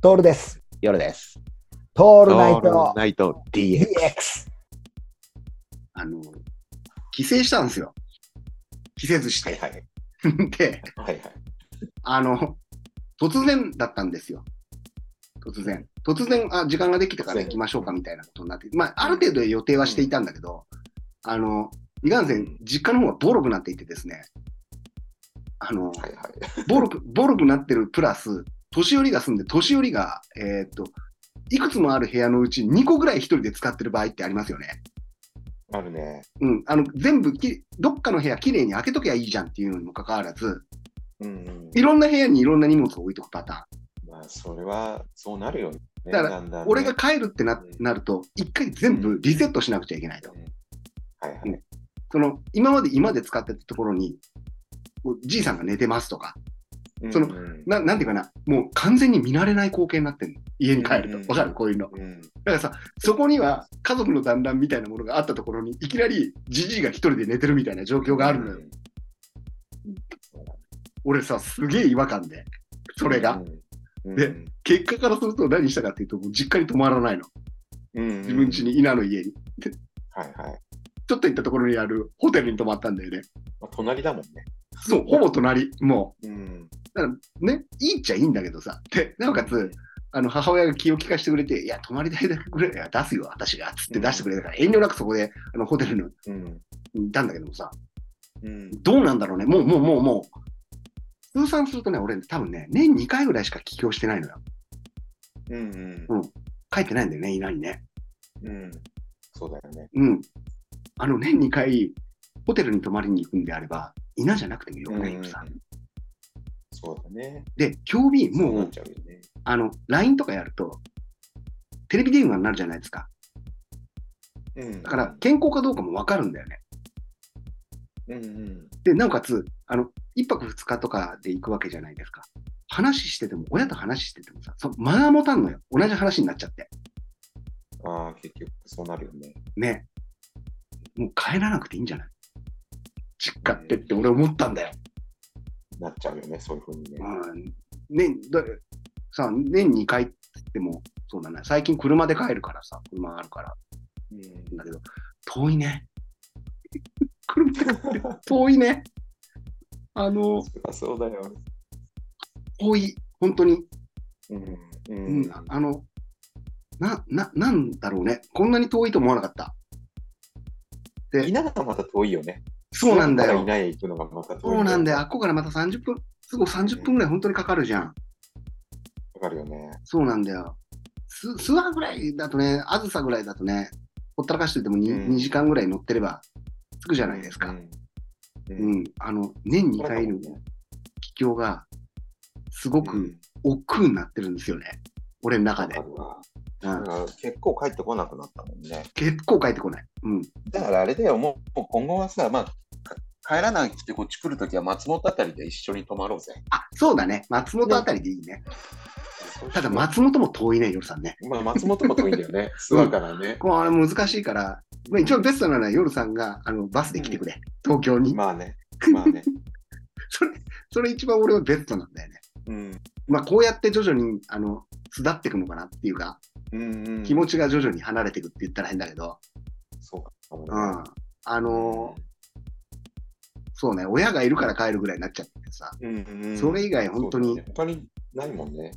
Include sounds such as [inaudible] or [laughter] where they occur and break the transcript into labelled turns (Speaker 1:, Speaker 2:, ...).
Speaker 1: トールです。
Speaker 2: 夜です。
Speaker 1: ト
Speaker 2: オ
Speaker 1: ールナイト
Speaker 2: ナイト DX。
Speaker 1: DX。
Speaker 3: あの、帰省したんですよ。帰省ずして。
Speaker 2: はい。
Speaker 3: で、
Speaker 2: はいはい。
Speaker 3: あの、突然だったんですよ。突然。突然、あ、時間ができたから行きましょうかみたいなことになって、まあ、ある程度予定はしていたんだけど、あの、いかんせん、実家の方がボロくなっていてですね、あの、
Speaker 2: はいはい。
Speaker 3: ボロく、ボロくなってるプラス、年寄りが住んで、年寄りが、えーっと、いくつもある部屋のうち2個ぐらい1人で使ってる場合ってありますよね。
Speaker 2: あるね。
Speaker 3: うん、あの全部き、どっかの部屋きれいに開けときゃいいじゃんっていうのにもかかわらず、
Speaker 2: うんうん。
Speaker 3: いろんな部屋にいろんな荷物を置いとくパタ
Speaker 2: まあ、それは、そうなるよね。
Speaker 3: だから
Speaker 2: だんだん
Speaker 3: ーン。
Speaker 2: ね
Speaker 3: 俺が帰るってななると、一回全部リセットしなくちゃいけないと
Speaker 2: う。んはいは
Speaker 3: う
Speaker 2: い。
Speaker 3: んその、今まで今まで使ってたところに、おじいさんが寝てますとか、
Speaker 2: うん
Speaker 3: その
Speaker 2: うん
Speaker 3: ななんていうかな、もう完全に見慣れない光景になってんの。家に帰る
Speaker 2: うん
Speaker 3: と。わかるこういうの。
Speaker 2: うん
Speaker 3: だからさ、そこには家族の団らんみたいなものがあったところに、いきなりじじいが一人で寝てるみたいな状況があるのよ。
Speaker 2: うん
Speaker 3: 俺さ、すげえ違和感で、それが。。
Speaker 2: うん
Speaker 3: で、結果からすると何したかっていうと、もう実家に泊まらないの。
Speaker 2: 自
Speaker 3: 自分家。に、稲の家に。
Speaker 2: はいはい。
Speaker 3: ちょっと行ったところにあるホテルに泊まったんだよね。
Speaker 2: まあ隣だもんね。
Speaker 3: そう、ほぼ隣、も
Speaker 2: うん。
Speaker 3: う。ね、いいっちゃいいんだけどさ。で、なおかつ、あの、母親が気を利かしてくれて、いや、泊まり代だけくれ、いや出すよ、私が、つって出してくれたから、遠慮なくそこで、あの、ホテルに
Speaker 2: うん。
Speaker 3: いたんだけどもさ、
Speaker 2: うん。
Speaker 3: どうなんだろうね。もう、もう、もう、もう。通算するとね、俺、多分ね、年2回ぐらいしか帰郷してないのよ。
Speaker 2: うん。
Speaker 3: 帰ってないんだよね、稲にね。
Speaker 2: うん。そうだよね。
Speaker 3: うん。あの、年2回、ホテルに泊まりに行くんであれば、稲じゃなくてもよくないよさ。
Speaker 2: そうだね。
Speaker 3: で、興味、
Speaker 2: そう
Speaker 3: も
Speaker 2: な
Speaker 3: う
Speaker 2: っ、ちゃうよね。
Speaker 3: あの、LINE とかやると、テレビ電話になるじゃないですか。
Speaker 2: うん
Speaker 3: だから、健康かどうかもわかるんだよね。
Speaker 2: うんうん。
Speaker 3: で、なおかつ、あの、1泊2日とかで行くわけじゃないですか。話してても、親と話しててもさ、その間が持たんのよ。同じ話になっちゃって。
Speaker 2: ああ、結局そうなるよね。
Speaker 3: ね。もう帰らなくていいんじゃない実家ってって俺思ったんだよ。
Speaker 2: なっちゃうよね、そういうふうにね。
Speaker 3: うん。ね、ださあ、年2回って言っても、そうだね。最近車で帰るからさ、車あるから。
Speaker 2: うん
Speaker 3: だけど、遠いね。 [laughs] 車で帰って遠いね。あの、
Speaker 2: そりゃそうだよ。
Speaker 3: 遠い。本当に。
Speaker 2: うん。う
Speaker 3: うんん。あの、な、な、なんだろうね。こんなに遠いと思わなかった。
Speaker 2: いながまた遠いよね。
Speaker 3: そうなんだ
Speaker 2: い
Speaker 3: よ。
Speaker 2: ない行くのがまた遠い。
Speaker 3: そうなんだよ。あ。っこからまた30分、すぐ30分ぐらい本当にかかるじゃん。
Speaker 2: わかるよね。
Speaker 3: そうなんだよ。す、諏訪ぐらいだとね、あずさぐらいだとね、ほったらかしてても 2,、
Speaker 2: うん
Speaker 3: 2時間ぐらい乗ってれば着くじゃないですか。
Speaker 2: う。
Speaker 3: うんん。あの、年2回の帰郷が、すごく億劫になってるんですよね。俺の中
Speaker 2: わか
Speaker 3: で。
Speaker 2: るわ。
Speaker 3: う
Speaker 2: だ
Speaker 3: ん、
Speaker 2: から結構帰ってこなくなったもんね。
Speaker 3: 結構帰ってこない。うん。
Speaker 2: だからあれだよ、もうもう今後はさ、まあ、か帰らなくてこっち来るときは松本あたりで一緒に泊まろうぜ。
Speaker 3: あ、そうだね。松本あたりでいいね。ただ
Speaker 2: ま、
Speaker 3: 松本も遠いね、夜さんね。
Speaker 2: まあ、松本も遠いんだよね。諏訪からね。
Speaker 3: これ難しいから、まあ、一応ベストなのは夜さんがあのバスで来てくれ。東京に。
Speaker 2: まあね。まあ
Speaker 3: [laughs]
Speaker 2: ね。
Speaker 3: それ、それ一番俺はベストなんだよね。
Speaker 2: うん。
Speaker 3: まあ、こうやって徐々に、あの、巣立っていくのかなっていうか、
Speaker 2: うんうん、
Speaker 3: 気持ちが徐々に離れていくって言ったら変だけど、
Speaker 2: そうかもね。
Speaker 3: うん。あのーそうね、親がいるから帰るぐらいになっちゃってさ、
Speaker 2: うんうんうん
Speaker 3: それ以外本
Speaker 2: そ
Speaker 3: 当
Speaker 2: う
Speaker 3: に
Speaker 2: だね他にないもんね。